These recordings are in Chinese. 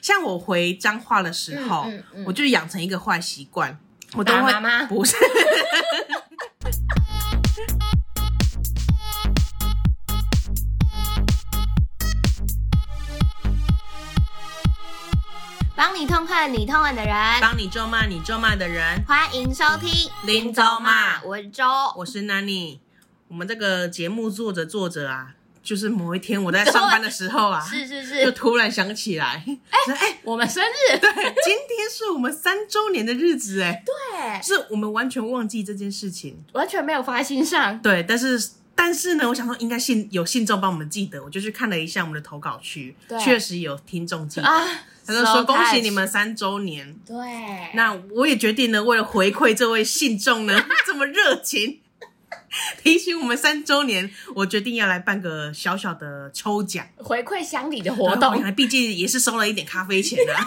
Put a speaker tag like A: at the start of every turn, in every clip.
A: 像我回彰化的时候，
B: 嗯嗯嗯
A: 我就养成一个坏习惯，我都
B: 打
A: 会
B: 妈妈
A: 不是。
B: 帮你痛恨你痛恨的人，
A: 帮你咒骂你咒骂的人，
B: 欢迎收听
A: 林州骂
B: 我是周，
A: 我是 Nanny。我们这个节目做着做着啊，就是某一天我在上班的时候啊，
B: 是
A: 就
B: 是，
A: 是突然想起来，哎哎，
B: 我们生日，
A: 对，今天是我们三周年的日子哎，
B: 对，
A: 是我们完全忘记这件事情。
B: 完全没有放在心上，
A: 对，但是但是呢，我想说应该信有信众帮我们记得，我就去看了一下我们的投稿区
B: 对，
A: 确实有听众记得，
B: 啊，
A: 他就说
B: so
A: 恭喜你们三周年。
B: touch，对，
A: 那我也决定呢，为了回馈这位信众 呢这么热情， 提醒我们三周年，我决定要来办个小小的抽奖
B: 回馈乡里的活
A: 然后
B: 动
A: 我，想毕竟也是收了一点咖啡钱 啊。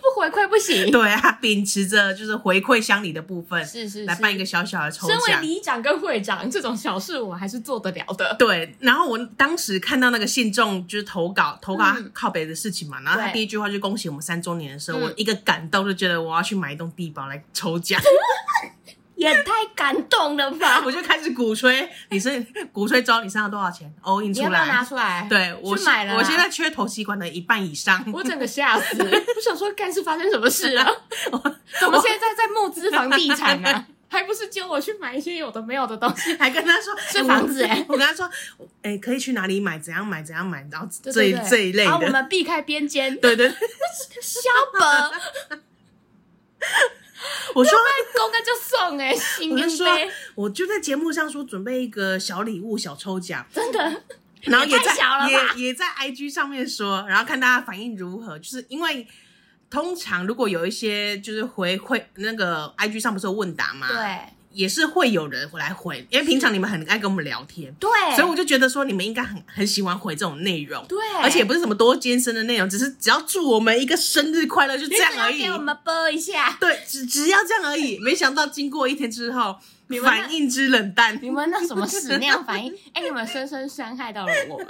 B: 不回馈不行，
A: 对啊，秉持着就是回馈乡里的部分，
B: 是是
A: 来办一
B: 是。
A: 个小小的抽
B: 身为
A: 奖。
B: 里长跟会长，这种小事我还是做得了的。
A: 对，然后我当时看到那个信众就是投稿投稿
B: 嗯
A: 靠北的事情嘛，然后他
B: 对
A: 第一句话就恭喜我们三周年的时候，
B: 嗯
A: 我一个感动就觉得我要去买一栋地堡来抽奖，
B: 也太感动了吧！
A: 我就开始鼓吹，你是鼓吹招你身上多少钱？all in
B: 你
A: 出
B: 要不要拿
A: 来。
B: 出来？，
A: 对我
B: 去
A: 现
B: 买了啦啊
A: 我现在缺头吸管的一半以上。
B: 我整个吓死，我想说，干是发生什么事啊？怎么现在在募资房地产啊？还不是揪我去买一些有的没有的东西？
A: 还跟他说
B: 是
A: 哎我
B: 房子哎
A: 我跟他说，哎、可以去哪里买，怎样买，怎样买，然后这
B: 对对对
A: 这一类
B: 然后我
A: 的，
B: 们避开边间，
A: 对 对，对
B: 小本
A: 我说
B: 公个就送哎，新
A: 我
B: 年
A: 就说
B: 杯，
A: 我就在节目上说准备一个小礼物、小抽奖，
B: 真的
A: 然后
B: 也
A: 也
B: 太
A: 在
B: 小了吧
A: 也也在 IG 上面说，然后看大家反应如何。就是因为通常如果有一些就是回馈那个 IG 上不是有问答嘛，，
B: 对
A: 也是会有人回来回，因为平常你们很爱跟我们聊天，
B: 对，
A: 所以我就觉得说你们应该很很喜欢回这种内容。
B: 对，
A: 而且也不是什么多艰深的内容，只是只要祝我们一个生日快乐，就这
B: 你
A: 样
B: 只要
A: 而已
B: 给。我们播一下。
A: 对，只只要这样而已。没想到经过一天之后
B: 你，们那
A: 反应之冷淡，
B: 你们那什么屎那样反应？哎、你们深深伤害到了我们。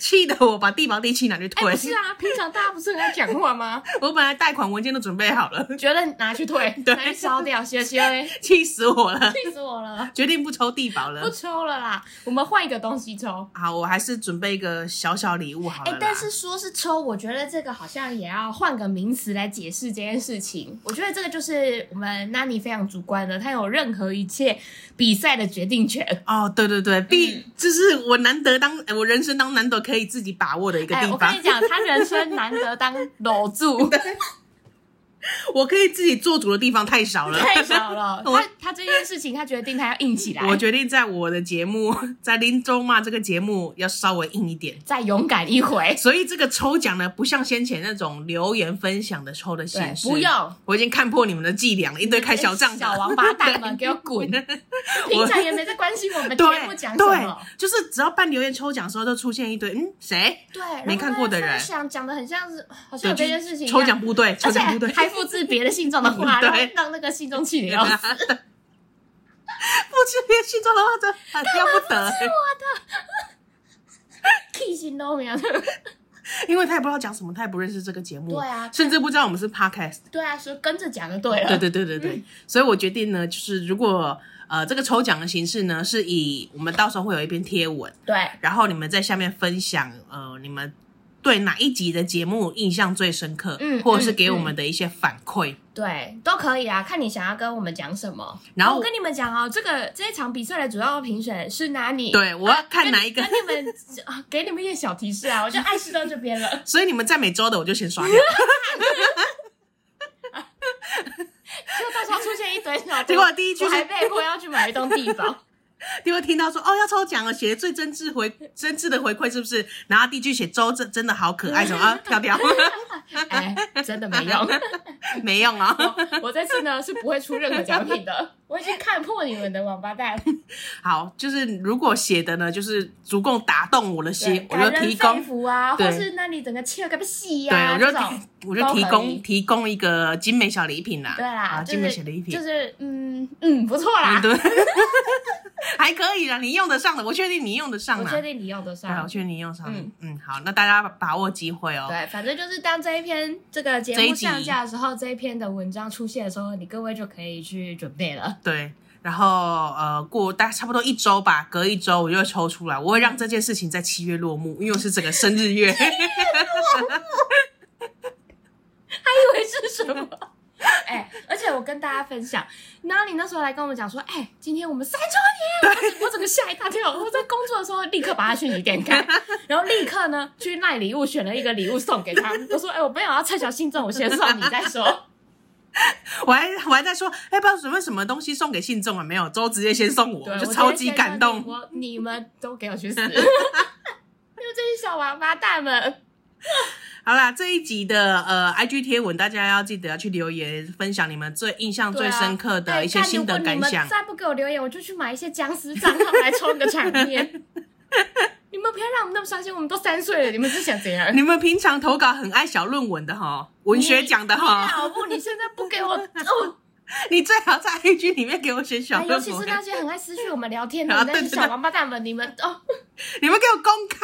A: 气得我把地保地契拿去
B: 哎、
A: 退。
B: 不是啊，平常大家不是很爱讲话吗？
A: 我本来贷款文件都准备好了，
B: 觉得拿去退，
A: 对
B: 拿去烧掉，谢谢嘞，
A: 气死我了，
B: 气死我了。
A: 决定不抽地保
B: 不
A: 了。
B: 抽了啦，我们换一个东西抽。
A: 好，我还是准备一个小小礼物好了
B: 哎、
A: 啦。
B: 但是说是抽，我觉得这个好像也要换个名词来解释这件事情。我觉得这个就是我们 Nani 非常主观的，他有任何一切比赛的决定权。
A: 哦，对对
B: 嗯
A: 对，必、这是我难得当哎我人生当难得可以自己把握的一个
B: 哎、
A: 地
B: 我跟
A: 方，
B: 你讲，他人生难得当楼 主，
A: 我可以自己做主的地方太少了。
B: 太少了。
A: 我
B: 他他这件事情，他决定他要硬起来，
A: 我决定在我的节目， 在林州骂这个节目要稍微硬一点。
B: 再勇敢一回。
A: 所以这个抽奖呢，不像先前那种留言分享的抽的
B: 对
A: 形，式，
B: 不用
A: 我已经看破你们的伎俩了，一堆开小账的
B: 小王八 蛋们，给我滚！平常也没在关心我们节目
A: 对
B: 讲什
A: 对
B: 么。，
A: 就是只要办留言抽奖的时候，就出现一堆嗯谁
B: 对，然后
A: 没看过的人
B: 他分享讲的很像是好像
A: 对
B: 有这件事情一
A: 抽
B: 样，
A: 奖部队，抽
B: 而且
A: 奖部队，
B: 还复制别的信众的 话，
A: 嗯
B: 然
A: 对
B: 后让那个信众气得
A: 对
B: 要
A: 不
B: 死。
A: 知别心中的话，这很要不得，
B: 气心都没有。
A: 因为他也不知道讲什么，他也不认识这个节目，
B: 对啊
A: 甚至不知道我们是 podcast，
B: 对啊，说跟着讲就对了。
A: 对啊嗯对对对对，所以我决定呢，就是如果呃这个抽奖的形式呢，是以我们到时候会有一篇贴文，
B: 对
A: 然后你们在下面分享呃你们对哪一集的节目印象最深刻，
B: 嗯
A: 或者是给
B: 嗯
A: 我们的一些反馈。
B: 对都可以啊，看你想要跟我们讲什么。
A: 然后
B: 我跟你们讲哦，这个这一场比赛的主要评选是哪里？
A: 对我要看哪一个
B: 跟你跟你们啊给你们一点小提示啊，我就暗示到这 边了。
A: 所以你们在每周的我就先 刷掉，
B: 就到时候出现一堆小，
A: 结果第一句
B: 我
A: 是
B: 还被迫要去买一栋 地堡，
A: 就会听到说哦要抽奖了，写最真挚回真挚的回馈是不是？然后第一句写周真真的好可爱什么啊跳掉，
B: 哎，真的没用。
A: 没用啊、哦。
B: 我这次呢是不会出任何奖品的，我已经看破你们的王 八蛋，
A: 好，就是如果写的呢，就是足够打动我的
B: 对
A: 心，我
B: 感
A: 就
B: 人
A: 提
B: 肺
A: 供，
B: 腑啊，
A: 对
B: 或是那你整个切了个屁
A: 对
B: 呀、
A: 我
B: 啊这
A: 就
B: 种。
A: 我就提
B: 都可以
A: 供提供一个精美小礼品啦，
B: 对啦，
A: 啊，
B: 就
A: 精美
B: 是
A: 小礼品，
B: 就是嗯嗯，不错啦
A: 嗯，对， 还可以啦，你用得上的，我确定你用得上
B: 我
A: 啦
B: 确，定你用得
A: 对，啊我
B: 上。
A: 确定你用得上，
B: 嗯
A: 嗯好，那大家把握机会哦，
B: 对，反正就是当这一篇这个节
A: 这
B: 目
A: 一集
B: 上架的时候，这一篇的文章出现的时候，你各位就可以去准备了。
A: 对，然后呃，过大概差不多一周吧，隔一周我就会抽出来，我会让这件事情在七月落幕，因为我是整个生日 月，
B: 还以为是什么？ 哎、而且我跟大家分享，然后你那时候来跟我们讲说，哎、今天我们三周年，我整个吓一大跳。我在工作的时候立刻把他讯息点开，然后立刻呢去赖礼物选了一个礼物送给他，我说，哎、我没有要蔡小信这种，我先送你再说。
A: 我还我还在说，哎、不知道准备什么东西送给信众啊？没有，周直接先送我，
B: 对，
A: 我
B: 我
A: 就
B: 直接
A: 超级
B: 先
A: 感
B: 跟你
A: 动。
B: 我你们都给 我去死！你们这些小王八蛋们，
A: 好啦，这一集的呃 IG 贴文，大家要记得要去留言分享你们最印象
B: 对
A: 最
B: 啊
A: 深刻的一些
B: 哎
A: 心得
B: 干
A: 感
B: 如果你
A: 想
B: 们。再不给我留言，我就去买一些僵尸账号来充个场面。 你们不要让我们那么伤心，我们都三岁了，你们是想怎样？
A: 你们平常投稿很爱小论文的哈，文学奖的
B: 你
A: 哈，
B: 老不，你现在 不给我哦，
A: 你最好在 IG 里面给我写小
B: 哎
A: 论
B: 尤其是
A: 文，
B: 那些很爱私讯我们聊天的
A: 啊
B: 那些
A: 对对
B: 小王八蛋们，你们哦，
A: 你们给我公开，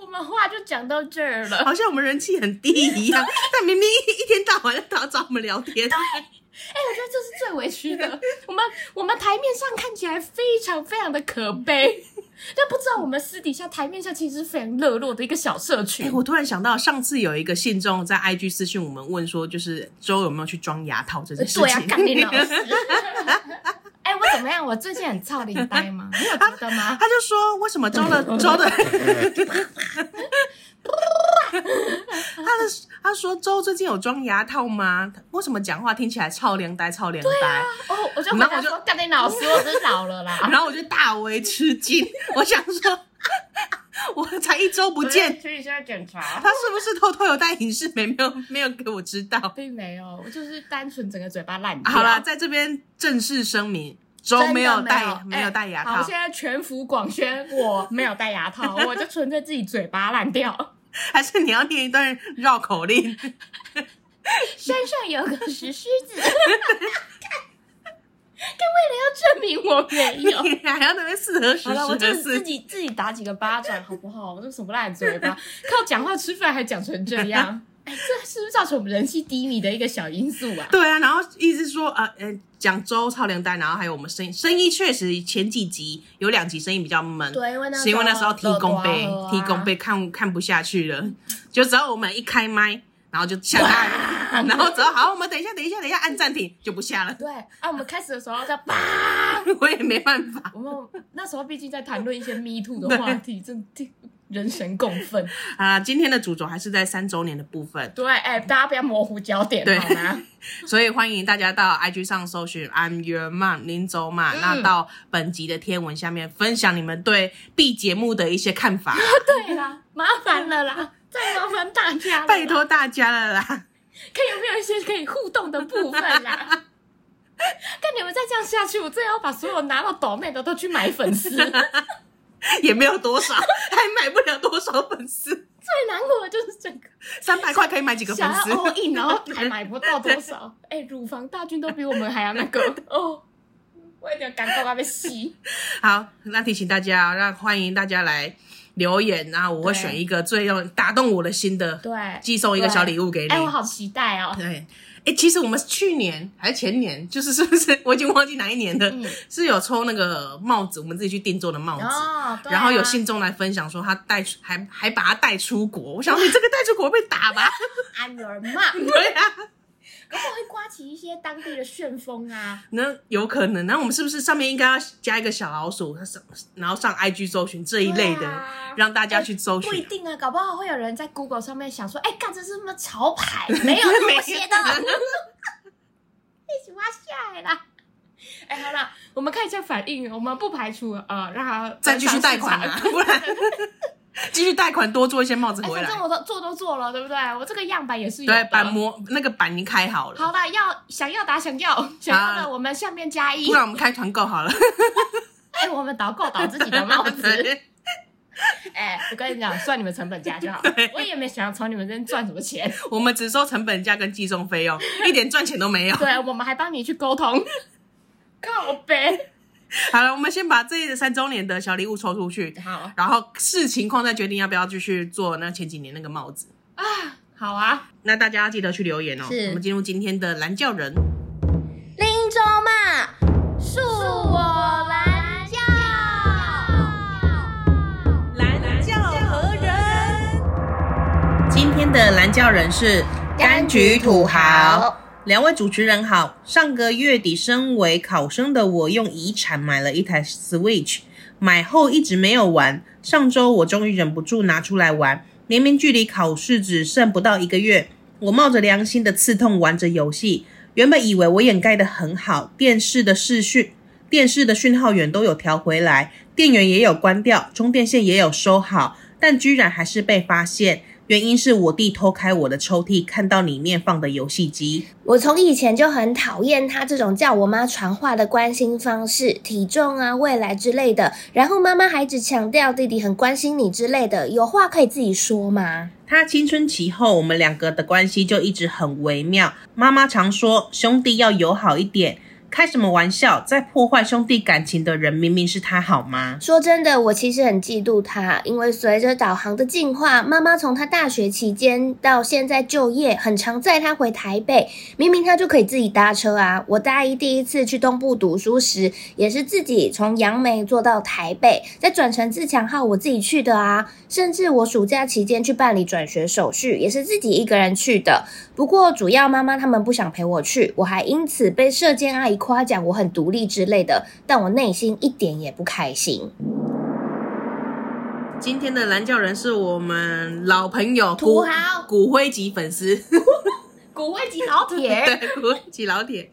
B: 我们话就讲到这儿了。
A: 好像我们人气很低一 样。但明明一天到晚在找找我们聊天，
B: 哎、我觉 得这是最委屈的。我们我们台面上看起来非常非常的可悲， 但不知道我们私底下台面上其实是非常热络的一个小社
A: 哎、
B: 群。
A: 我突然想到，上次有一个信众在 IG 私讯我们问说，就是周有没有去装牙套这件事情。
B: 对啊，干你老师！ 哎、我怎么样？我最近很操领呆吗？你有觉得吗？
A: 他就说，为什么周的周的， 他 的他说周最近有装牙套吗？为什么讲话听起来超凉呆超凉呆？
B: 哦，我就回答
A: 然后
B: 说干你老师，我真老了啦。
A: 然后我就大为吃惊，我想说， 我才一周不见，
B: 去一下检查。
A: 他是不是偷偷有戴隐适美？没有没有给我知道。
B: 并没有，我就是单纯整个嘴巴烂掉。
A: 好啦，在这边正式声明，周
B: 真的
A: 没有戴
B: 有
A: 没有戴牙
B: 哎好，
A: 套
B: 我。现在全幅广宣，我没有戴牙套，我就纯粹自己嘴巴烂掉。
A: 还是你要念一段绕口令？
B: 山上有个石狮子， 看，看，为了要证明我没 有。
A: 你还要那边四和十
B: 好了，我
A: 十
B: 就
A: 的
B: 自
A: 四，
B: 己自己打几个巴掌好不好？我这什么烂嘴巴，靠讲话吃饭还讲成这样， 哎，这是不是造成我们人气低迷的一个小因素啊？
A: 对啊，然后一直说呃呃讲周超连带，然后还有我们声音声音确实前几集有两集声音比较闷，
B: 对，因为那
A: 是因为那时候提供杯
B: 漏大河啊
A: 提供杯看看不下去了，就只要我们一开麦，然后就下 大，然后只要好我们等一下等一下等一下按暂停就不下了，
B: 对啊，我们开始的时候叫 叭，
A: 我也没办法。
B: 我们那时候毕竟在谈论一些 Me Too 的话题，真的人神共愤。
A: 啊、今天的主轴还是在三周年的部分，
B: 对，哎、大家不要模糊焦点，
A: 对
B: 好吗？
A: 所以欢迎大家到 IG 上搜寻 I'm Your Mom 林州嘛，
B: 嗯
A: 那到本集的天文下面分享你们对 B 节目的一些看法，
B: 对啦，麻烦 了啦，再麻烦大家了啦
A: 拜，托大家了啦。
B: 看有没有一些可以互动的部分啦。看你们再这样下去，我真的要把所有拿到抖妹的都去买 粉丝。最
A: 也没有多少， 还买不了多少粉丝，
B: 难过的就是这个，
A: 三百块可以买几个粉
B: 想要
A: 丝？
B: all in，然后哦 还买不到多少。 哎、乳房大军都比我们还要那 个哦，我有点感动要被吸。
A: 好，那提醒大家哦，让欢迎大家来留言，然后我会
B: 对
A: 选一个最让打动我的心的，
B: 对，哎、
A: 寄送一个小礼物给你。
B: 我好期待哦。
A: 对，哎，其实我们去年还是前年，就是是不是？我已经忘记哪一年了，
B: 嗯
A: 是有抽那个帽子，我们自己去定做的帽子。
B: 哦，对啊
A: 然后有信众来分享说他带出还还把他带出国，我想说你这个带出国会被打吧？
B: I'm your mom，
A: 对啊，
B: 然后会刮起一些当地的旋风啊。
A: 那有可能。然后我们是不是上面应该要加一个小老鼠，它上然后上 IG 搜寻这一类的，
B: 对啊
A: 让大家去搜寻
B: 不。一定啊，搞不好会有人在 Google 上面想说，哎、干这是什么潮牌？ 没有，是我写的， 一起挖下来啦。哎、好了，我们看一下反应，我们不排除呃，让他
A: 再继续贷款啊，不然继续贷款多做一些帽子
B: 哎，
A: 回
B: 反
A: 来。
B: 正我都做都做了，对不对？我这个样板也是有
A: 对
B: 的，
A: 板模那个板已经开好了，
B: 好的，要想要打想要想要
A: 啊
B: 的，我们下面加一
A: 不。然我们开团购好了。
B: 哎，我们导购导 自己的帽 子。
A: 对
B: 哎，我跟你讲，算你们成本价就好
A: 对。
B: 我也没想要从你们这边赚什么钱。
A: 我们只收成本价跟寄送 费用，哦一点赚钱都没有。
B: 对，我们还帮你去沟 通。靠北。
A: 好了，我们先把这三周年的小礼物抽出去，
B: 好
A: 然后视情况再决定要不要继续做那前几年那个帽子。
B: 啊，好啊。
A: 那大家要记得去留言哦。
B: 是
A: 我们进入今天的蓝教人。
C: 林州嘛，恕我蓝教。
A: 蓝教何人？今天的蓝教人是柑橘土豪。两位主持人好，上个月底身为考生的我，用遗产买了一台 Switch，买后一直没有玩。上周我终于忍不住拿出来玩，明明距离考试只剩不到一个月，我冒着良心的刺痛玩着游戏。原本以为我掩盖的很好，电视的视讯电视的讯号源都有调回来，电源也有关掉，充电线也有收好，但居然还是被发现。原因是我弟偷开我的抽屉，看到里面放的游戏机。
C: 我从以前就很讨厌他这种叫我妈传话的关心方式，体重啊、未来之类的。然后妈妈还只强调弟弟很关心你之类的，有话可以自己说吗？
A: 他青春期后，我们两个的关系就一直很微妙。妈妈常说，兄弟要友好一点，开什么玩笑？在破坏兄弟感情的人，明明是他好吗？
C: 说真的，我其实很嫉妒他，因为随着导航的进化，妈妈从他大学期间到现在就业，很常载他回台北。明明他就可以自己搭车啊！我大一第一次去东部读书时，也是自己从杨梅坐到台北，再转乘自强号，我自己去的啊。甚至我暑假期间去办理转学手续，也是自己一个人去的。不过主要妈妈他们不想陪我去，我还因此被射箭阿姨夸奖我很独立之类的，但我内心一点也不开心。
A: 今天的蓝教人是我们老朋友
B: 土豪
A: 骨灰级粉丝。
B: 骨灰级 老铁，
A: 对，国籍老铁，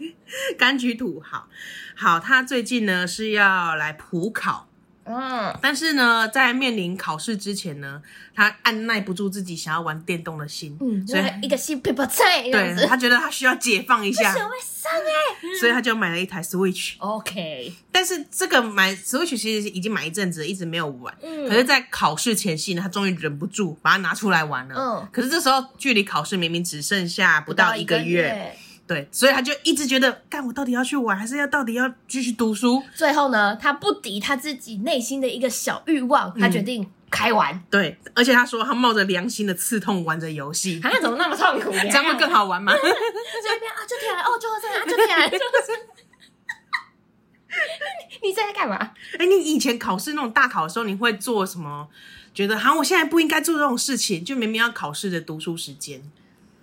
A: 柑橘土豪。好，他最近呢是要来普考，
B: 嗯，
A: 但是呢，在面临考试之前呢，他按耐不住自己想要玩电动的心，
B: 嗯，就
A: 所以
B: 是一个新 paper 菜这样
A: 对
B: 子。
A: 他觉得他需要解放一下，
B: 会上哎、
A: 所以他就买了一台 Switch。
B: OK，
A: 但是这个买 Switch 其实已经买一阵子了，一直没有玩。
B: 嗯
A: 可是，在考试前夕呢，他终于忍不住把它拿出来玩了。
B: 嗯
A: 可是这时候距离考试明明只剩下不
B: 不
A: 到
B: 到
A: 一
B: 一
A: 个
B: 个
A: 月，
B: 月。
A: 对，所以他就一直觉得，干我到底要去玩，还是要到底要继续读书？
B: 最后呢，他不敌他自己内心的一个小欲望，他决定开玩。
A: 对，而且他说他冒着良心的刺痛玩着游戏，
B: 啊，怎么那么痛苦？
A: 这样会更好玩吗？
B: 这边啊，就铁了，哦，就这样，啊就铁了，就是。你在干嘛？
A: 哎、你以前考试那种大考的时候，你会做什么？觉得好，我现在不应该做这种事情，就明明要考试的读书时间，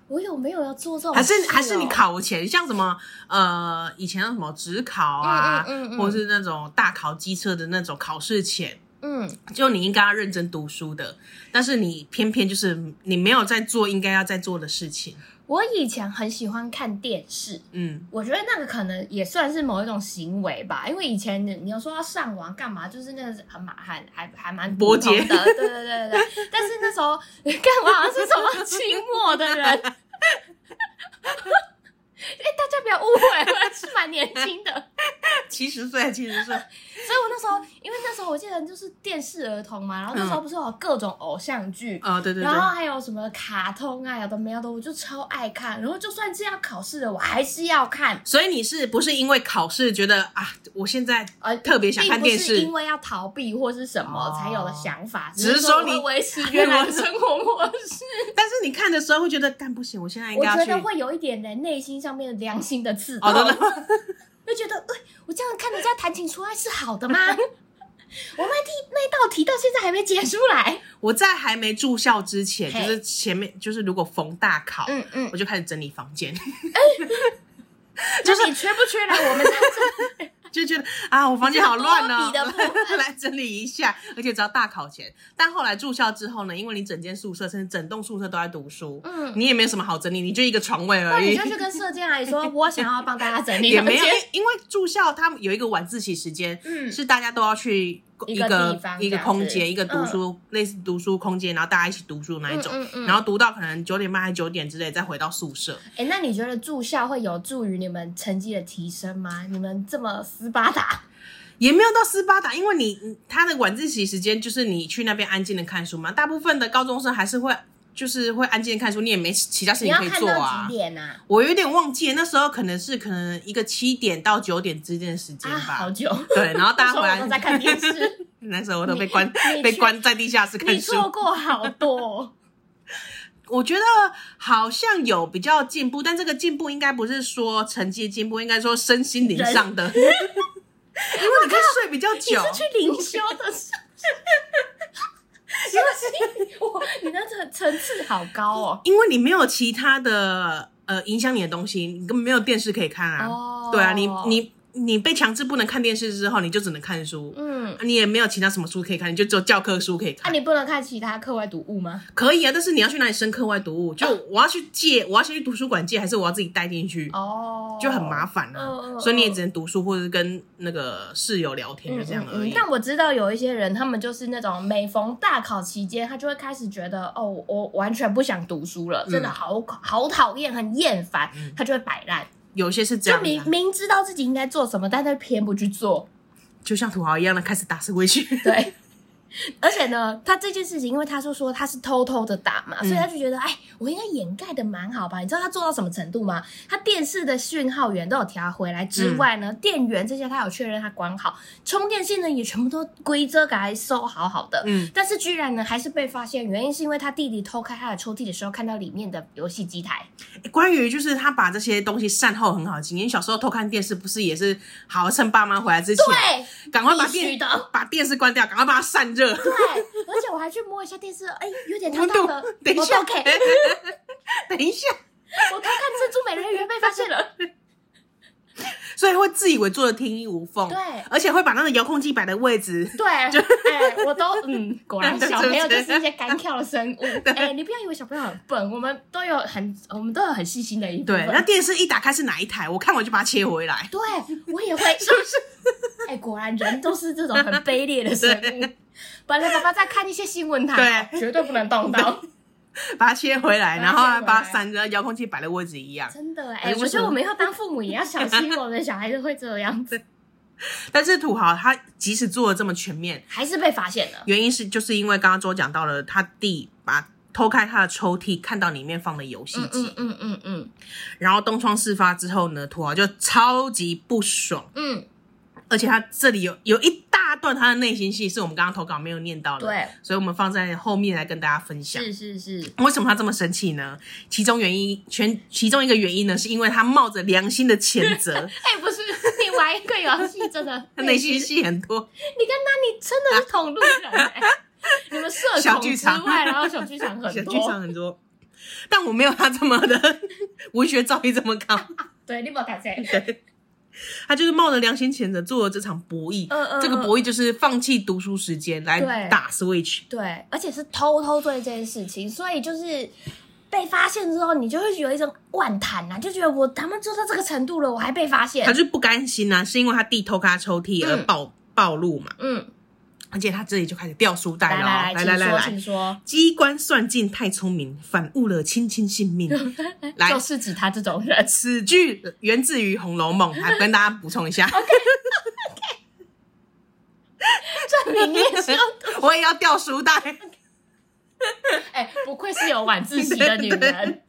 B: 我有没有要做这种
A: 还
B: 事哦？
A: 是还是你考前，像什么呃，以前那什么职考啊，
B: 嗯嗯嗯嗯
A: 或是那种大考机测的那种考试前，
B: 嗯，
A: 就你应该要认真读书的，但是你偏偏就是你没有在做应该要在做的事情，
B: 我以前很喜欢看电视，
A: 嗯。
B: 我觉得那个可能也算是某一种行为吧，因为以前你你要说要上网干嘛，就是那个很麻还还还蛮
A: 伯爵
B: 普通的，对对对对对。 但是那时候干嘛好像是什么清末的人，哎、大家不要误会，我是蛮年轻的。
A: 七十岁，七十岁，
B: 所以我那时候，因为那时候我记得就是电视儿童嘛，然后那时候不是有各种偶像剧。
A: 哦，对对对
B: 然，后还有什么卡通啊，有的没有的，我就超爱看。然后就算是要考试了，我还是要看。
A: 所以你是不是因为考试觉得啊，我现在
B: 呃
A: 特别想看电
B: 并不
A: 视哦
B: 是因为要逃避或是什么才有的想法，
A: 只是
B: 是
A: 说
B: 我
A: 你
B: 会维持原来的生活模式。
A: 但是你看的时候会觉得，干不行，我现在应
B: 我
A: 该要
B: 觉
A: 去
B: 得。会有一点的内心上面的良心的刺痛，
A: 哦，真的吗，
B: 就觉得，哎、我这样看人家弹琴出来是好的吗？ 我那题那道题到现在还没解出来。
A: 我在还没住校之前，
B: 嘿
A: 就是前面就是如果逢大考，
B: 嗯嗯，
A: 我就开始整理房间，
B: 就是你缺不缺来我们这样 子？
A: 就觉得啊，我房间好乱哦
B: 你这个多笔的部，分
A: 来整理一下。而且只要大考前，但后来住校之后呢，因为你整间宿舍甚至整栋宿舍都在读书，
B: 嗯，
A: 你也没有什么好整理，你就一个床位
B: 那
A: 而
B: 你
A: 已
B: 就。去跟射箭阿姨说，我想 要帮大家整理
A: 也
B: 房
A: 没有，
B: 间
A: 因为因为住校他们有一个晚自习时间，
B: 嗯
A: 是大家都要去一
B: 一个
A: 个
B: 地方
A: 一
B: 这
A: 个
B: 样嗯
A: 空
B: 子
A: 间，一个读书类似读书空间，然后大家一起读书那一种
C: 嗯嗯，嗯
A: 然后读到可能九点半还九点之类，再回到宿舍。
B: 哎、那你觉得住校会有助于你们成绩的提升吗？你们这么斯巴达，
A: 也没有到斯巴达，因为你他的晚自习时间就是你去那边安静的看书嘛。大部分的高中生还是会就是会安静的看书，你也没其他事
B: 你
A: 情
B: 要
A: 可以
B: 看
A: 做
B: 到
A: 啊
B: 几。点啊？
A: 我有点忘记了那时候可能是可能一个七点到九点之间的时间
B: 啊，好
A: 吧。
B: 久。
A: 对，然后大
B: 那
A: 家
B: 时候
A: 回来
B: 我都在看电，视，
A: 那时候我都被
B: 你
A: 关
B: 你
A: 被
B: 去
A: 关在地下室 看
B: 你
A: 书。
B: 错过好多。
A: 我觉得好像有比较进步，但这个进步应该不是说成绩的进步，应该说身心灵上 的，因为你可以睡比较
B: 你
A: 久。
B: 是去灵修的 是不是？我你的层层次好高 哦。
A: 因为你没有其他的呃影响你的东西，你根本没有电视可以看啊。
B: 哦
A: 对啊，你你你被强制不能看电视之后，你就只能看书。
B: 嗯，
A: 啊你也没有其他什么书可以看，你就只有教科书可以
B: 啊，
A: 看。
B: 你不能看其他课外读物吗？
A: 可以啊，但是你要去哪里升课外读物？就我要去借，我要先去图书馆借，还是我要自己带进去？
B: 哦，
A: 就很麻烦啊。
B: 嗯嗯
A: 所以你也只能读书，或者是跟那个室友聊
B: 哦
A: 天，就这样而已。
B: 嗯但我知道有一些人，他们就是那种每逢大考期间，他就会开始觉得，哦，我我完全不想读书
A: 嗯
B: 了，真的好好讨厌，很厌烦，他就会摆烂，
A: 有些嗯是这
B: 就
A: 样的
B: 明
A: 啊，
B: 明知道自己应该做什么，但他偏不去做。
A: 就像土豪一样的开始打死回去。
B: 对。而且呢，他这件事情，因为他说说他是偷偷的打嘛，
A: 嗯
B: 所以他就觉得，哎，我应该掩盖的蛮好吧？你知道他做到什么程度吗？他电视的讯号源都有调回来之外
A: 嗯
B: 呢，电源这些他有确认他管好，充电线呢也全部都规则给他收好好的。
A: 嗯，
B: 但是居然呢，还是被发现，原因是因为他弟弟偷开他的抽屉的时候，看到里面的游戏 机台。
A: 关于就是他把这些东西善后很好的经验，小时候偷看电视不是也是好好趁爸妈回来之前，
B: 对，
A: 赶快把
B: 必须
A: 电
B: 的
A: 把电视关掉，赶快把它散热。
B: 对，而且我还去摸一下电视，哎，有点烫
A: 温度
B: 烫的，
A: 等一下
B: 我偷看，
A: 等一下，
B: 我偷看珍珠美人鱼被发 现了。
A: 所以会自以为做的天衣无缝，
B: 对
A: 而且会把那个遥控器摆的位置，
B: 对，哎、我都嗯，果 然小朋友就是一些干跳的生 物。哎、你不要以为小朋友很笨，我们都有很，我们都有很细心的一部
A: 对，
B: 分。
A: 那电视一打开是哪一台，我看我就把它切回来。
B: 对，我也会， 是不是？哎、果然人都是这种很卑劣 的生物。本来爸爸在看一些新闻台，绝对不能 动到，
A: 把它切回来，然后还把
B: 把它切回
A: 它
B: 来
A: 散热遥控器摆的位置一样。
B: 真的哎、
A: 就是
B: 我觉得我们以后当父母也要小心， 我们的小孩子会这样子，
A: 但是土豪他即使做的这么全面，
B: 还是被发现了。
A: 原因是就是因为刚刚周讲到了他弟把偷开他的抽屉，看到里面放了游戏
B: 嗯
A: 机，
B: 嗯嗯嗯嗯
A: 然后东窗事发之后呢，土豪就超级不爽，
B: 嗯，
A: 而且他这里有有一大段他的内心戏是我们刚刚投稿没有念到的，，
B: 对，
A: 所以我们放在后面来跟大家分享。
B: 是是是，
A: 为什么他这么生气呢？其中原因，全其中一个原因呢，是因为他冒着良心的谴 责，
B: 哎、不是，你玩一个游戏真 的
A: 他内心戏很多。
B: 你跟那你真的是同路人、欸， 你们社
A: 小
B: 恐
A: 剧
B: 之
A: 场
B: 外，然后小剧场很
A: 小
B: 多，
A: 剧场很多，但我没有他这么的文学造诣这么高。
B: 对，你不敢在，
A: 他就是冒着良心谴责做了这场博弈。
B: 嗯嗯
A: 这个博弈就是放弃读书时间来
B: 对
A: 打 Switch。
B: 对，而且是偷偷做这件事情，所以就是。被发现之后，你就会有一种万谈啊，就觉得我他妈做到这个程度了，我还被发现
A: 他。就是不甘心啊，是因为他弟偷他抽屉而暴、暴露嘛，
B: 嗯，
A: 而且他这里就开始掉书袋
B: 来
A: 了哦。来
B: 来来，请
A: 来
B: 说，
A: 来
B: 请说，
A: 机关算尽太聪明，反误了亲亲性 命。来
B: 就，是指他这种人。
A: 此句源自于《红楼梦》，还跟大家补充一 下。
B: 证明 你也是用，
A: 我也要掉书袋。
B: 哎、 不愧是有晚自习的女
A: 对
B: 人
A: 对。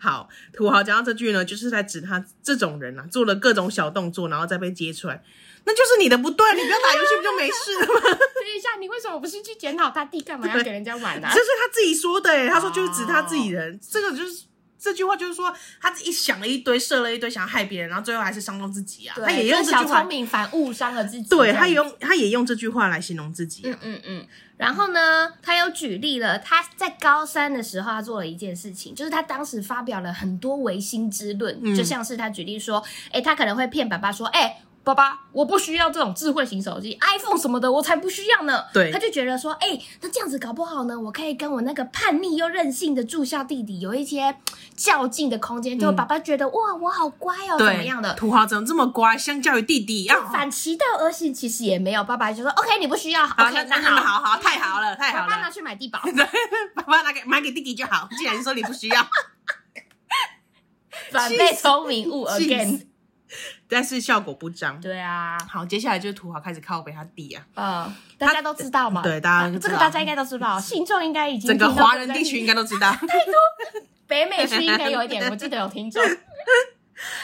A: 好，土豪讲到这句呢，就是在指他这种人啊，做了各种小动作，然后再被揭出来，那就是你的不对，你不要打游戏不就没事了吗？
B: 等一下，你为什么不是去检讨他弟，干嘛要给人家啊玩呢、
A: 这是他自己说的、欸，他说就是指他自己人，这个就是。这句话就是说，他自己想了一堆，设了一堆，想要害别人，然后最后还是伤到自己啊。
B: 对
A: 他也用
B: 就
A: 这
B: 小
A: 句话
B: 聪，明反误伤了自己。
A: 对，他
B: 有。
A: 也用他也用这句话来形容自己啊、
B: 嗯嗯嗯，然后呢，他有举例了，他在高三的时候，他做了一件事情，就是他当时发表了很多唯心之论，
A: 嗯
B: 就像是他举例说，哎、他可能会骗爸爸说，哎、爸爸，我不需要这种智慧型手机，iPhone 什么的，我才不需要呢。
A: 对
B: 他就觉得说，哎、那这样子搞不好呢，我可以跟我那个叛逆又任性的住校弟弟有一些较劲的空间。就爸爸觉得，哇，我好乖哦，怎么
A: 嗯啊对
B: 样的，？
A: 土豪怎么这么乖？相较于弟弟啊，
B: 反其道而行，其实也没有。爸爸就说，OK，你不需要
A: 好，
B: ，OK，
A: 那那
B: 那
A: 好好，太好了，太
B: 爸
A: 好
B: 爸拿
A: 了。
B: 去买地保。
A: 对， 爸爸拿给买给弟弟就好。既然说你不需 要，
B: 反被聪明误
A: 气死
B: again。
A: 但是效果不彰。
B: 对啊，
A: 好，接下来就是土豪开始靠北他弟啊，
B: 呃，大家都知道嘛。
A: 对，大家都知
B: 这
A: 道嗯
B: 个大家应该都知道，信众应该已经
A: 整个
B: 听到
A: 华
B: 这
A: 人地区应该都知 道。
B: 北美区应该有一点， 我记得有 听众。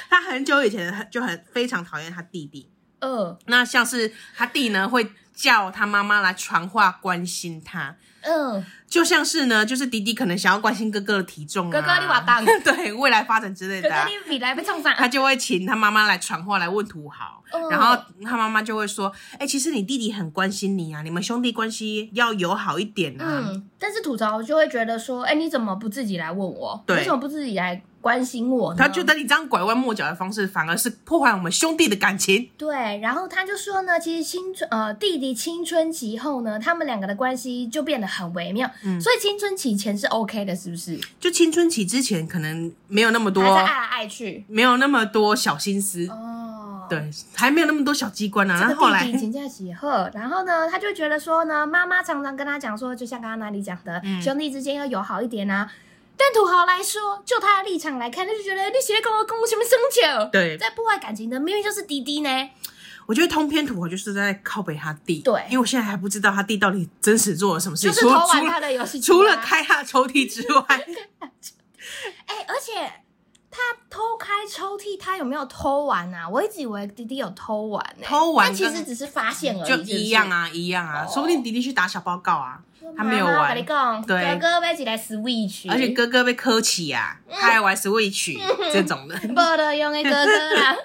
A: 他很久以前很就很非常讨厌他弟弟。
B: 嗯
A: 那像是他弟呢，会叫他妈妈来传话关心他，
B: 嗯，
A: 就像是呢，就是弟弟可能想要关心哥哥的体重、啊，
B: 哥哥你瓦当
A: 对未来发展之类
B: 哥
A: 的啊、
B: 哥你比来被冲上。
A: 他就会请他妈妈来传话来问土豪，
B: 哦
A: 然后他妈妈就会说：“哎、其实你弟弟很关心你啊，你们兄弟关系要友好一点啊。
B: 嗯，但是吐槽就会觉得说，哎，你怎么不自己来问我？
A: 对
B: 你怎么不自己来关心我呢？
A: 他觉得你这样拐弯抹角的方式，反而是破坏我们兄弟的感情。
B: 对，然后他就说呢，其实青春呃弟弟青春期后呢，他们两个的关系就变得很微妙，
A: 嗯
B: 所以青春期前是 OK 的，是不是？
A: 就青春期之前，可能没有那么多，
B: 还在爱来爱去
A: 没有那么多小心思，
B: 哦。。
A: 对，还没有那么多小机关呢、啊。
B: 这
A: 然
B: 个
A: 后后来
B: 弟弟请假喜贺，然后呢，他就觉得说呢，妈妈常常跟他讲说，就像刚刚那里讲的，
A: 嗯
B: 兄弟之间要友好一点啊。但土豪来说，就他的立场来看，他就觉得你写跟我跟我什么生气？哦
A: 对，
B: 在破坏感情的明明就是弟弟呢。
A: 我觉得通篇土豪就是在靠北他弟，
B: 对
A: 因为我现在还不知道他弟到底真实做了什么事
B: 就
A: 情，
B: 是
A: 除
B: 偷
A: 了
B: 玩
A: 除
B: 他
A: 了
B: 的游戏机啊、
A: 除了开他的抽屉之外，
B: 哎、而且他偷开抽屉，他有没有偷玩啊？我一直以为弟弟有偷玩呢、
A: 偷玩
B: 但其实
A: 跟
B: 只是发现而已，
A: 就是
B: 不是
A: 一样。啊，一样啊，
B: 哦
A: 说不定迪迪去打小报告啊，他没有
B: 妈妈
A: 玩
B: 我跟你讲，
A: 对
B: 哥哥被起来 Switch，
A: 而且哥哥被磕起啊，
B: 嗯
A: 他还玩 Switch 这种的。
B: 没得用的哥哥啦。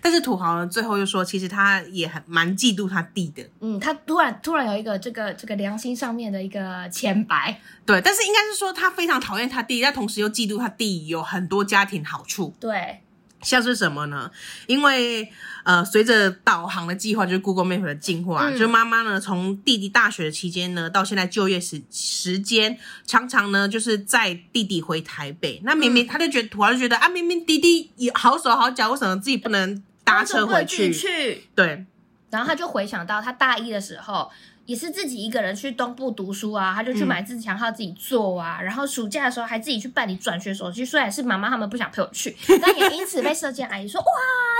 A: 但是土豪呢，最后又说，其实他也很蛮嫉妒他弟的，
B: 嗯，他突然突然有一个这个这个良心上面的一个浅白，
A: 对，但是应该是说他非常讨厌他弟，但同时又嫉妒他弟有很多家庭好处。
B: 对，
A: 像是什么呢？因为呃，随着导航的计划，就是 Google Map 的进化，
B: 嗯
A: 就妈妈呢从弟弟大学的期间呢，到现在就业时时间，常常呢就是载弟弟回台北。那明明
B: 嗯
A: 他就觉得，土豪就觉得啊，明明弟弟也好手好脚，为什么自己不能搭车回去？
B: 去。
A: 对
B: 然后他就回想到他大一的时候，也是自己一个人去东部读书啊，他就去
A: 嗯
B: 买自强号自己做啊，然后暑假的时候还自己去办理转学手续，虽然是妈妈他们不想陪我去，但也因此被射箭阿姨说哇，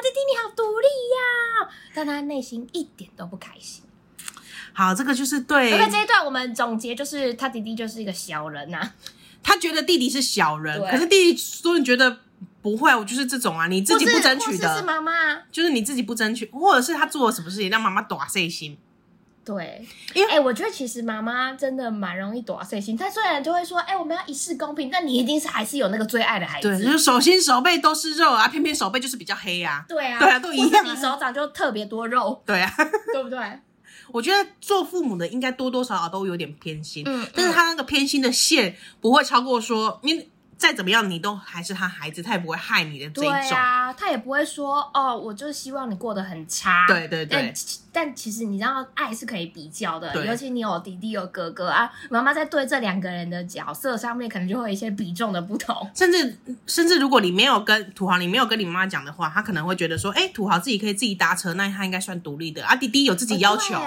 B: 弟弟你好独立呀、但他内心一点都不开心。
A: 好，这个就是
B: 那
A: 对
B: 么这一段我们总结就是，他弟弟就是一个小人啊呐、
A: 他觉得弟弟是小人，
B: 对
A: 可是弟弟说你觉得不会，我就是这种啊，你自己
B: 或
A: 不
B: 是
A: 争取
B: 或是是
A: 的，
B: 妈妈啊，
A: 就是你自己不争取，或者是他做了什么事情让妈妈打碎心。
B: 对，
A: 因为
B: 哎、我觉得其实妈妈真的蛮容易躲碎心。她虽然就会说，哎、我们要一视公平，但你一定是还是有那个最爱的孩子。
A: 对，就是手心手背都是肉啊，偏偏手背就是比较黑啊。
B: 对啊，
A: 对啊都一样啊
B: 或是你手掌就特别多肉，
A: 对啊，
B: 对不对？
A: 我觉得做父母的应该多多少少都有点偏心，
B: 嗯
A: 但是他那个偏心的线不会超过说，因为再怎么样你都还是他孩子，他也不会害你的这一
B: 对
A: 种。
B: 啊，她也不会说，哦，我就希望你过得很差。
A: 对对
B: 但
A: 对，
B: 其但其实你知道，爱是可以比较的，
A: 对
B: 尤其你有弟弟有哥哥啊，妈妈在对这两个人的角色上面，可能就会有一些比重的不同。
A: 甚至甚至如果你没有跟土豪，你没有跟你妈妈讲的话，他可能会觉得说，哎、土豪自己可以自己搭车，那他应该算独立的啊。弟弟有自己要求，
B: 哦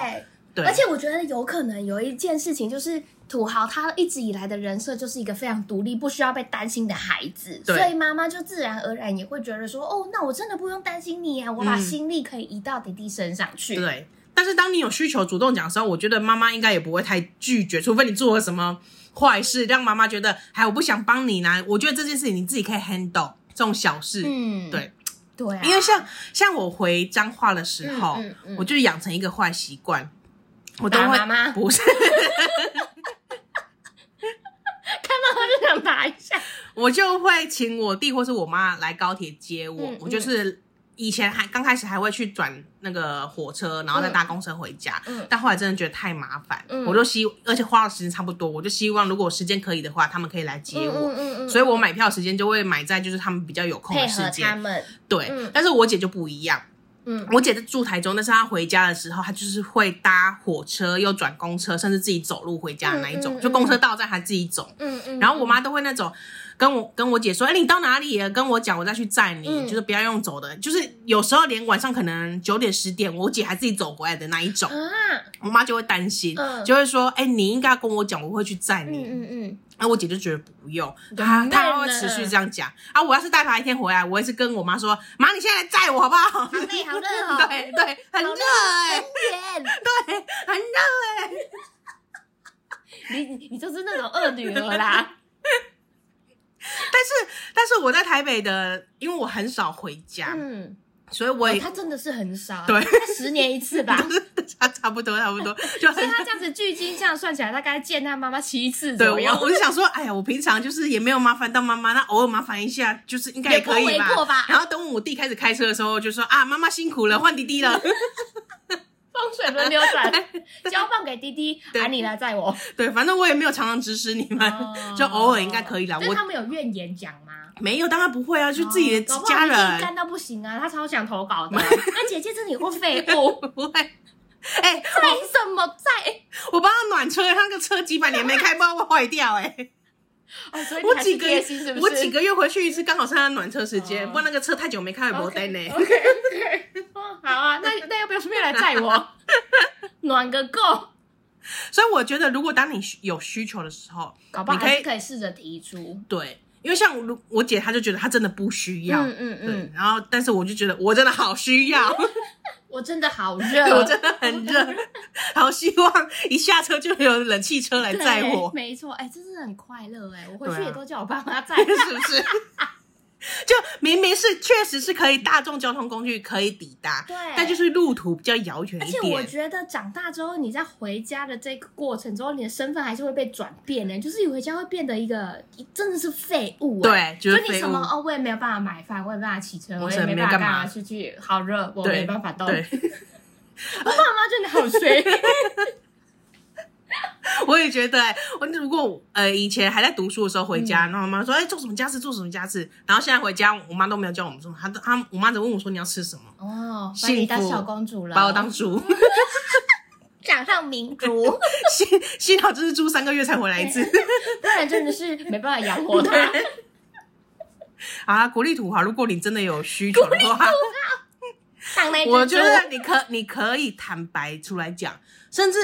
B: 对
A: 对，
B: 而且我觉得有可能有一件事情，就是土豪他一直以来的人设就是一个非常独立、不需要被担心的孩子，
A: 对
B: 所以妈妈就自然而然也会觉得说，哦，那我真的不用担心你啊，我把
A: 嗯
B: 心力可以移到弟弟身上去。
A: 对。但是当你有需求主动讲的时候，我觉得妈妈应该也不会太拒绝，除非你做了什么坏事，让妈妈觉得，哎，我不想帮你啦。我觉得这件事情你自己可以 handle 这种小事，
B: 嗯，
A: 对
B: 对、啊，
A: 因为像像我回彰化的时候，
B: 嗯嗯嗯
A: 我就养成一个坏习惯，我都
B: 打
A: 会
B: 妈妈
A: 不是，
B: 看到我就想 打一下，
A: 我就会请我弟或是我妈来高铁接我，
B: 嗯
A: 我就是。以前还刚开始还会去转那个火车，然后再搭公车回家，
B: 嗯
A: 但后来真的觉得太麻烦，
B: 嗯
A: 我就希而且花的时间差不多，我就希望如果时间可以的话，他们可以来接我，
B: 嗯嗯嗯
A: 所以我买票时间就会买在就是他们比较有空
B: 配
A: 的时
B: 合他
A: 间，
B: 们，
A: 对。
B: 嗯
A: 但是我姐就不一样，
B: 嗯，
A: 我姐住台中，但是她回家的时候，她就是会搭火车，又转公车，甚至自己走路回家的那一种，
B: 嗯嗯
A: 就公车到站她自己走。
B: 嗯嗯
A: 然后我妈都会那种跟我跟我姐说：“哎、你到哪里了？跟我讲，我再去载你。
B: 嗯
A: 就是不要用走的，就是有时候连晚上可能九点十点，我姐还自己走回来的那一种，
B: 啊，
A: 我妈就会担心，
B: 嗯
A: 就会说：“哎、你应该跟我讲，我会去载
B: 嗯
A: 你。
B: 嗯 嗯，
A: 那我姐就觉得不用，
B: 对
A: 她
B: 很慢
A: 她会
B: 呢
A: 持续这样讲啊。我要是带她一天回来，我也是跟我妈说：“妈，你现在来载我好不好？”
B: 啊
C: 好累，好热哦，
A: 对对，很热哎、
C: 很远。
A: 对，很热。
B: 你你你就是那种二女 儿啦，
A: 但是但是我在台北的，因为我很少回家，
B: 嗯，
A: 所以我
B: 哦
A: 也、
B: 她真的是很少，
A: 对
B: 她十年一次 吧。
A: 差啊差不多差不 多，就
B: 所
A: 很
B: 以她这样子距今这样算起来，大概见她妈妈七次
A: 对
B: 左右
A: 我，我就想说，哎呀，我平常就是也没有麻烦到妈妈，那偶尔麻烦一下，就是应该
B: 也不
A: 可以
B: 为过吧
A: 然后等我弟开始开车的时候，就说啊，妈妈辛苦了，换弟弟 了。
B: 风水轮流转，交棒给滴滴，
A: 对
B: 喊你来 载我。
A: 对，反正我也没有常常指使你们，
B: 哦
A: 就偶尔应该可以啦。
B: 但
A: 我
B: 是他们有怨言讲吗？
A: 没有，当然不会啊，就自己的
B: 哦搞不好
A: 家
B: 你自己
A: 人
B: 干到不行啊，他超想投稿的。 那姐姐这里会废物，
A: 不会。哎、
B: 载什么载？
A: 我帮他暖车，他那个车几百年没开，不知道会坏掉哎、
B: 哦，所以
A: 我
B: 你还
A: 几
B: 是
A: 个
B: 贴心是不
A: 我
B: 是？
A: 几个月回去一次，刚好是他的暖车时间，
B: 哦
A: 不然那个车太久没开了，不
B: OK，
A: 带呢。
B: OK OK，哦 好啊，那那要不要顺便来载我？暖个够，
A: 所以我觉得，如果当你需有需求的时候，
B: 搞不好
A: 你可以
B: 还是可以试着提出。
A: 对，因为像如我姐，她就觉得她真的不需要，
B: 嗯嗯
A: 对
B: 嗯，，
A: 然后但是我就觉得我真的好需 要，
B: 我真的好热，
A: 我真的很热，好希望一下车就有冷气车来
B: 对
A: 载我，
B: 没错，哎，真的很快乐哎，我回去
A: 对啊
B: 也都叫我爸妈 载。
A: 是不是？就明明是确实是可以大众交通工具可以抵达，
B: 对
A: 但就是路途比较遥远
B: 而
A: 一
B: 且我
A: 点。
B: 觉得长大之后，你在回家的这个过程中，你的身份还是会被转变的，就是你回家会变得一个真的是废物、哎
A: 对，就是
B: 就你
A: 废
B: 什
A: 物
B: 么。哦，我也没有办法买饭，我也没办法骑车，
A: 我
B: 我也
A: 什么
B: 没
A: 没
B: 办法
A: 干
B: 干
A: 嘛
B: 嘛出去，好热，我
A: 对
B: 没办法动。
A: 对，
B: 我爸妈真的好衰，
A: 我也觉得、欸，我如果呃以前还在读书的时候回家，
B: 嗯
A: 然后我妈说，哎、做什么家事，做什么家事，然后现在回家，我妈都没有叫我们做，她都她我妈只问我说你要吃什么，
B: 哦，把
A: 幸福
B: 你当小公主了，
A: 把我当 猪，
C: 掌上明珠，
A: 幸幸好这是猪三个月才回来一次。
B: 不然真的是没办法养活 他。
A: 好啦，国力土豪，如果你真的有需求的话，
C: 上
B: 哎
C: 那一只
A: 我觉
C: 猪
A: 得你可你可以坦白出来讲，甚至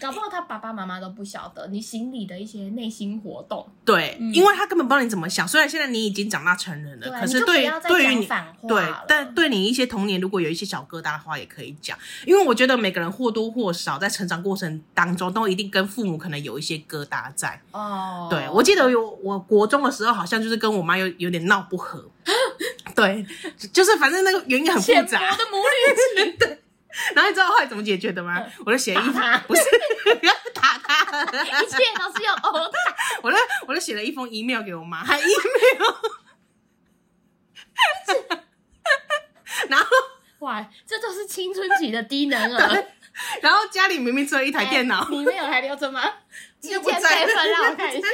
B: 搞不好他爸爸妈妈都不晓得你心里的一些内心活动，
A: 对，
B: 嗯
A: 因为他根本不知道你怎么想。虽然现在你已经长大成人了，
B: 对啊，
A: 可
B: 你
A: 是
B: 就不
A: 对
B: 要再
A: 对于
B: 讲
A: 你。
B: 反话
A: 对
B: 了，
A: 但对你一些童年如果有一些小疙瘩的话，也可以讲，因为我觉得每个人或多或少在成长过程当中，都一定跟父母可能有一些疙瘩在。
B: 哦，
A: 对，我记得有我国中的时候，好像就是跟我妈有有点闹不和， 对，就就是反正那个原因很复
B: 浅薄
A: 杂。
B: 的母女情，
A: 然后你知道后来怎么解决的吗？我就写一封
B: 嗯打他，
A: 不是打他，
B: 一切都是用哦，
A: 我就我就写了一封 email 给我妈，还 email，然后
B: 哇，这都是青春期的低能
A: 对
B: 儿。
A: 然后家里明明只有一台
B: 哎
A: 电脑，
B: 你妹有还留 着吗？
A: 应
B: 寄
A: 该不
B: 件
A: 在
B: 备份让我看一下。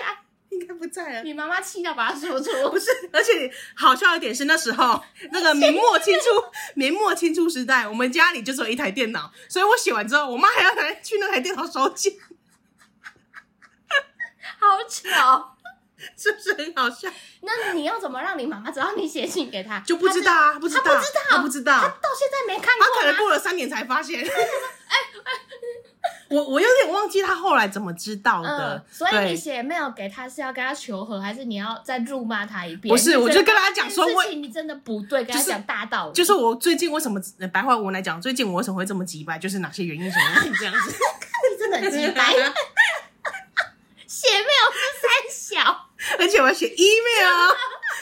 A: 应该不在了。
B: 你妈妈气到把它说出，
A: 不是，而且好笑的点是那时 候那个明末清初，明末清初时代，我们家里就只有一台电脑，所以我写完之后，我妈还要来去那台电脑收件，
B: 好巧。
A: 是不是很好笑？
B: 那你要怎么让你妈妈知道你写信给她？
A: 就不知道啊，不知道，
B: 她不知道
A: 她不知道
B: 她，到现在没看
A: 他
B: 过
A: 可能
B: 吗？
A: 过了三年才发现。
B: 哎
A: 我我有点忘记他后来怎么知道的
B: 嗯，，所以你
A: 对，
B: 写 mail 给她是要跟她求和，还是你要再辱骂她一遍？
A: 不是，我就跟
B: 她
A: 他讲说，我
B: 事情你真的不对，跟她
A: 就是
B: 讲大道理，
A: 就是我最近为什么呃白话文来讲，最近我为什么会这么急掰，就是哪些原因，什么原因这样 子。
B: 你真的很鸡 掰。写 mail 是 三小，
A: 而且我还写 email，哦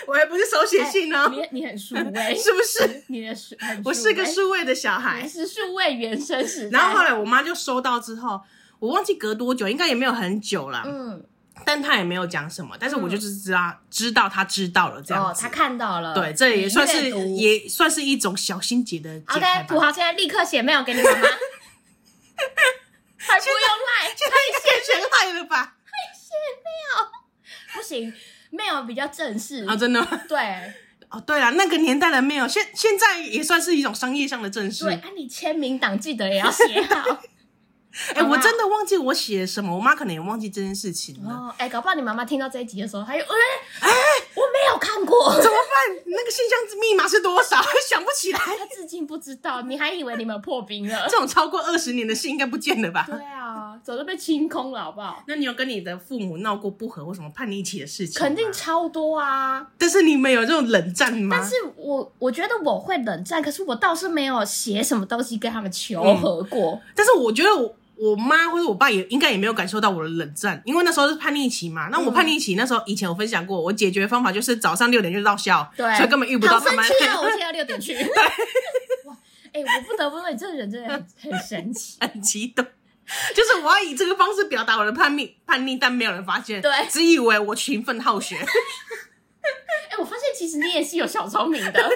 A: 我还不是手写信哦，
B: 你你很熟 哎、
A: 是不是？
B: 你的数，很
A: 我是个
B: 数
A: 数位的小
B: 位，你
A: 孩。
B: 是数位原生时代。
A: 然后后，来我妈就收到之后，我忘记隔多久，应该也没有很久啦，
B: 嗯，
A: 但她也没有讲什么，但是我就是知道、知道她知道了这样
B: 哦，
A: 子。
B: 他看到了，
A: 对，这也算是
B: 你阅读
A: 也算是一种小心结的解开
B: OK，土
A: 吧。
B: 豪现在立刻写 mail 给你妈妈， 还不用赖，
A: 现在应该学坏了吧？
B: 不行，mail 比较正式
A: 啊，真的吗？
B: 对，
A: 哦，对了，那个年代的没有，现现在也算是一种商业上的证实。
B: 对，啊，你签名档记得也要写 好。
A: 哎、
B: 好吧
A: 我真的忘记我写了什么，我妈可能也忘记这件事情了。
B: 哦，哎、搞不好你妈妈听到这一集的时候，她就哎哎、我没有看过，
A: 怎么办？那个信箱密码是多少？ 想不起来。
B: 她至今不知道，你还以为你们破冰了
A: 这？种超过二十年的信应该不见了吧？
B: 对啊，早就被清空了，好不好？
A: 那你有跟你的父母闹过不和或什么叛逆期的事情吗？
B: 肯定超多啊！
A: 但啊是你们有这种冷战吗？
B: 但是我我觉得我会冷战，可是我倒是没有写什么东西跟他们求和
A: 嗯
B: 过。
A: 但是我觉得我我妈或者我爸也应该也没有感受到我的冷战，因为那时候是叛逆期嘛。那
B: 嗯
A: 我叛逆期那时候以前有分享过，我解决方法就是早上六点就到校，
B: 对，
A: 所以根本遇不到
B: 好
A: 他
B: 生
A: 们。。
B: 气啊！我现在六点去。 哇，哎、我不得不说，你这个人真的很很神奇
A: 很激动，就是我要以这个方式表达我的叛逆叛逆，但没有人发现，
B: 对
A: 只以为我勤奋好学。
B: 哎、我发现其实你也是有小聪明的。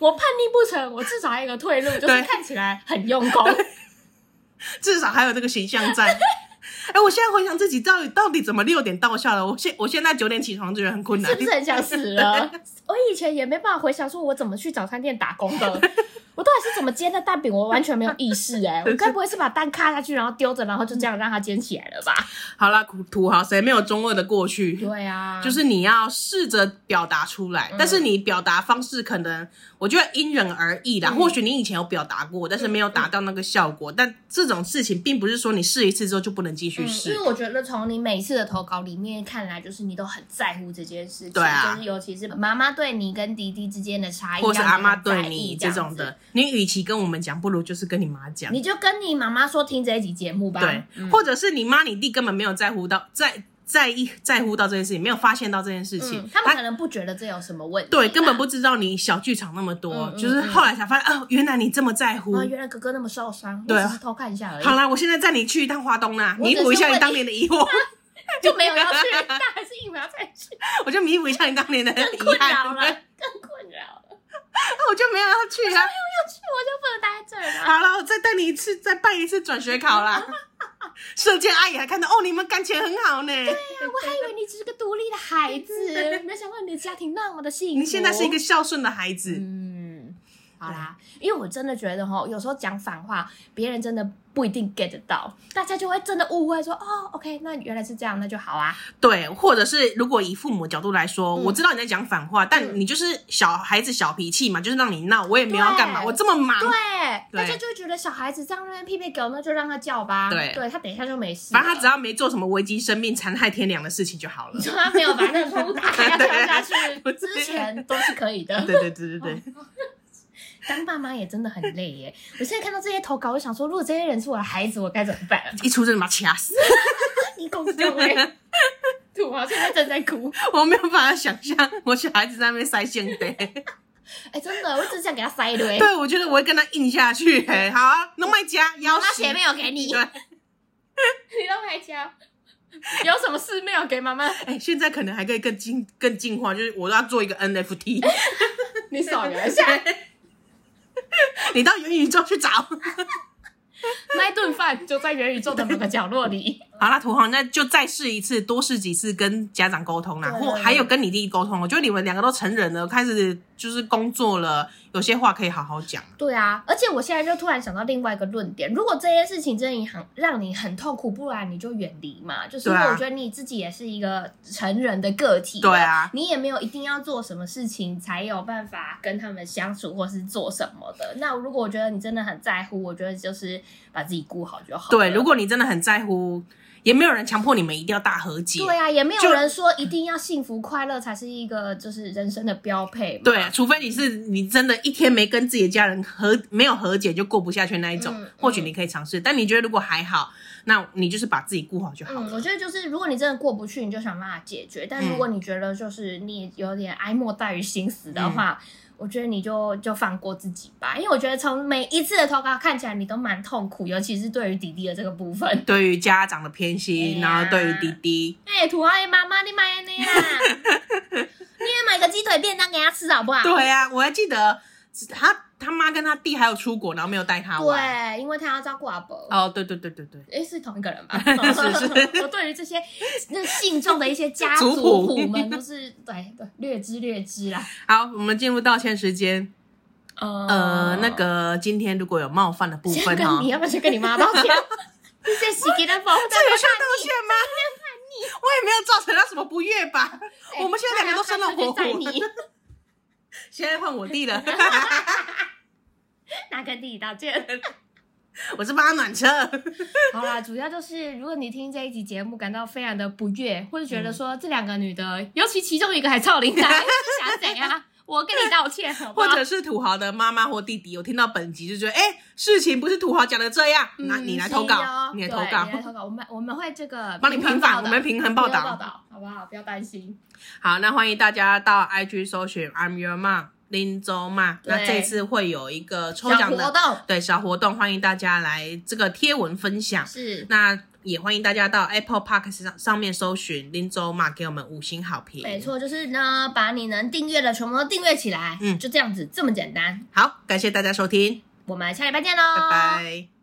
B: 我叛逆不成，我至少还有一个退路，就是
A: 对
B: 看起来很用功。
A: 至少还有这个形象 在。哎、我现在回想自己到底到底怎么六点到校了？我现我现在九点起床就觉得很困难，
B: 是不是很想死了？ 我以前也没办法回想说我怎么去早餐店打工的，我到底是怎么煎的蛋饼，我完全没有意识 哎、我该不会是把蛋卡下去，然后丢着，然后就这样让它煎起来了吧？
A: 好啦，土土豪谁没有中二的过去？
B: 对啊，嗯
A: 就是你要试着表达出来，但是你表达方式可能我觉得因人而异啦。
B: 嗯
A: 或许你以前有表达过，但是没有达到那个效果。但这种事情并不是说你试一次之后就不能继续
B: 嗯
A: 试。
B: 因为我觉得从你每次的投稿里面看来，就是你都很在乎这件事情，
A: 对啊
B: 就是尤其是妈妈对你跟弟弟之间的差异，
A: 或是
B: 让
A: 阿
B: 你
A: 妈
B: 很
A: 对
B: 在意
A: 你
B: 这
A: 这
B: 样
A: 种
B: 子，
A: 的，你与其跟我们讲，不如就是跟你妈讲。
B: 你就跟你妈妈说听这一集节目吧，
A: 对，
B: 嗯
A: 或者是你妈你弟根本没有在乎到在在意在乎到这件事情，没有发现到这件事情，
B: 嗯，他们可能不觉得这有什么问
A: 啊
B: 题，啊
A: 对根本不知道你小剧场那么多，
B: 嗯嗯
A: 就是后来才发现哦，原来你这么在乎。
B: 啊，原来哥哥那么受伤，我
A: 对
B: 只
A: 啊
B: 是偷看一下而已。
A: 好啦，我现在带你去一趟华东啦，
B: 哎我只
A: 弥
B: 是
A: 补一下
B: 问
A: 你
B: 你
A: 当年的疑惑，
B: 就没有要去， 但还是疫苗再去，
A: 我就弥补一下你当年的
B: 更
A: 遗
B: 困扰
A: 憾。
B: 了，更困扰了。
A: 那我就没有要去啊。
B: 要去我就不能待在这儿了。
A: 好了，我再带你一次，再办一次转学考啦。 射箭阿姨还看到哦，你们感情很好呢。
B: 对呀，我还以为你只是个独立的孩子，没想到你的家庭那么的幸福。
A: 你现在是一个孝顺的孩子。
B: 嗯，好啦，因为我真的觉得哈，有时候讲反话，别人真的不一定 get 得到，大家就会真的误会说哦，OK，那原来是这样，那就好啊。
A: 对，或者是如果以父母角度来说，
B: 嗯
A: 我知道你在讲反话，但
B: 嗯
A: 你就是小孩子小脾气嘛，就是让你闹，我也没有要干嘛，
B: 对
A: 我这么忙，
B: 对，
A: 对
B: 大家就会觉得小孩子这样在那边屁屁狗，那就让他叫吧。
A: 对
B: 对他等一下就没事了。
A: 反正他只要没做什么危及生命、残害天良的事情就好了
B: 你。说他没有把那个窗户打开要跳下去
A: 对
B: 之前都是可以的。
A: 对对对对对，
B: 哦当爸妈也真的很累耶。我现在看到这些投稿，我想说，如果这些人是我的孩子，我该怎么办啊？
A: 一出真的把他掐死，
B: 一公就 会土豪啊现在正在哭。
A: 我没有办法想象我小孩子在那边塞线杯。
B: 哎、真的，我只想给他塞一堆。
A: 对，我觉得我会跟他硬下去、欸。好、啊，弄卖家，要
B: 妈
A: 死。
B: 鞋没有给你，
A: 对，
B: 你都没交。有什么事没有给妈妈？
A: 哎、现在可能还可以更进更进化，就是我要做一个 NFT，
B: 你扫描一下，
A: 你到元宇宙去找。
B: 那一顿饭就在元宇宙的某个角落里。
A: 好啦，土豪，那就再试一次，多试几次跟家长沟通啦，
B: 对
A: 或还有跟你弟弟沟通。我觉得你们两个都成人了，开始就是工作了，有些话可以好好讲。
B: 对啊，而且我现在就突然想到另外一个论点，如果这件事情真的很让你很痛苦，不然你就远离嘛。就是因为
A: 对啊
B: 我觉得你自己也是一个成人的个体，
A: 对啊，
B: 你也没有一定要做什么事情才有办法跟他们相处，或是做什么的。那如果我觉得你真的很在乎，我觉得就是把自己顾好就好了。
A: 对，如果你真的很在乎，也没有人强迫你们一定要大和解。
B: 对啊，也没有
A: 就
B: 人说一定要幸福快乐才是一个就是人生的标配嘛。
A: 对除非你是你真的一天没跟自己的家人和没有和解就过不下去那一种，
B: 嗯
A: 或许你可以尝试。但你觉得如果还好，那你就是把自己顾好就好了。
B: 嗯，我觉得就是，如果你真的过不去，你就想办法解决。
A: 嗯
B: 但如果你觉得就是你有点哀莫大于心死的话，
A: 嗯
B: 我觉得你就就放过自己吧。因为我觉得从每一次的投稿看起来，你都蛮痛苦，尤其是对于弟弟的这个部 分。
A: 对于家长的偏心，
B: 对
A: 然
B: 啊
A: 后对于弟弟，
B: 哎、土豪爷妈妈，你买那 啦，你也买个鸡腿便当给他吃好不好？
A: 啊对啊，我还记得他。他妈跟他弟还有出国，然后没有带他玩。
C: 对，因为他要照顾阿伯。
A: 啊哦，对对对对对，
B: 哎
C: 诶，是同一个人 吧？
A: 是 是
C: 我对于这些那信众的一些家
A: 族
C: 族
A: 谱
C: 谱们都是对对略知略知啦。
A: 好，我们进入道歉时间。
B: 嗯
A: 呃，那个今天如果有冒犯的部
C: 先
A: 分啊哈，
C: 跟你要不要先跟你 妈道歉？这是给他保护
A: 这有需要道歉吗？我也没有造成他什么不悦吧？
B: 哎
A: 我们现在两个都生了火火
C: 你
A: 现在换我弟了，
C: 哪跟弟道歉？
A: 我是帮他暖 车。
B: 好啦，主要就是如果你听这一集节目感到非常的不悦，或者觉得说这两个女的，尤其其中一个还操铃 铛，是想怎样？我跟你道歉，好不
A: 或
B: 好？
A: 者是土豪的妈妈或弟弟，有听到本集就觉得，哎、事情不是土豪讲的这样，那、
B: 嗯
A: 你来投稿，
B: 是哦
A: 你来投
B: 对
A: 稿
B: 你。来投稿，我们我们会这个
A: 帮你平反
B: 报道
A: 我们平衡报道
B: 平衡道，好不好？不要担心。
A: 好，那欢迎大家到 IG 搜寻 I'm Your Mom 林州嘛。
B: 对
A: 那这次会有一个抽
B: 小
A: 奖
B: 活
A: 的
B: 动
A: 对小活动，欢迎大家来这个贴文分享。
B: 是
A: 那也欢迎大家到 Apple Park 上上面搜寻林州嘛，给我们五星好评。
C: 没。错，就是呢，把你能订阅的全部都订阅起来，
A: 嗯
C: 就这样子，这么简单。
A: 好，感谢大家收听，
C: 我们下礼拜见喽，
A: 拜拜。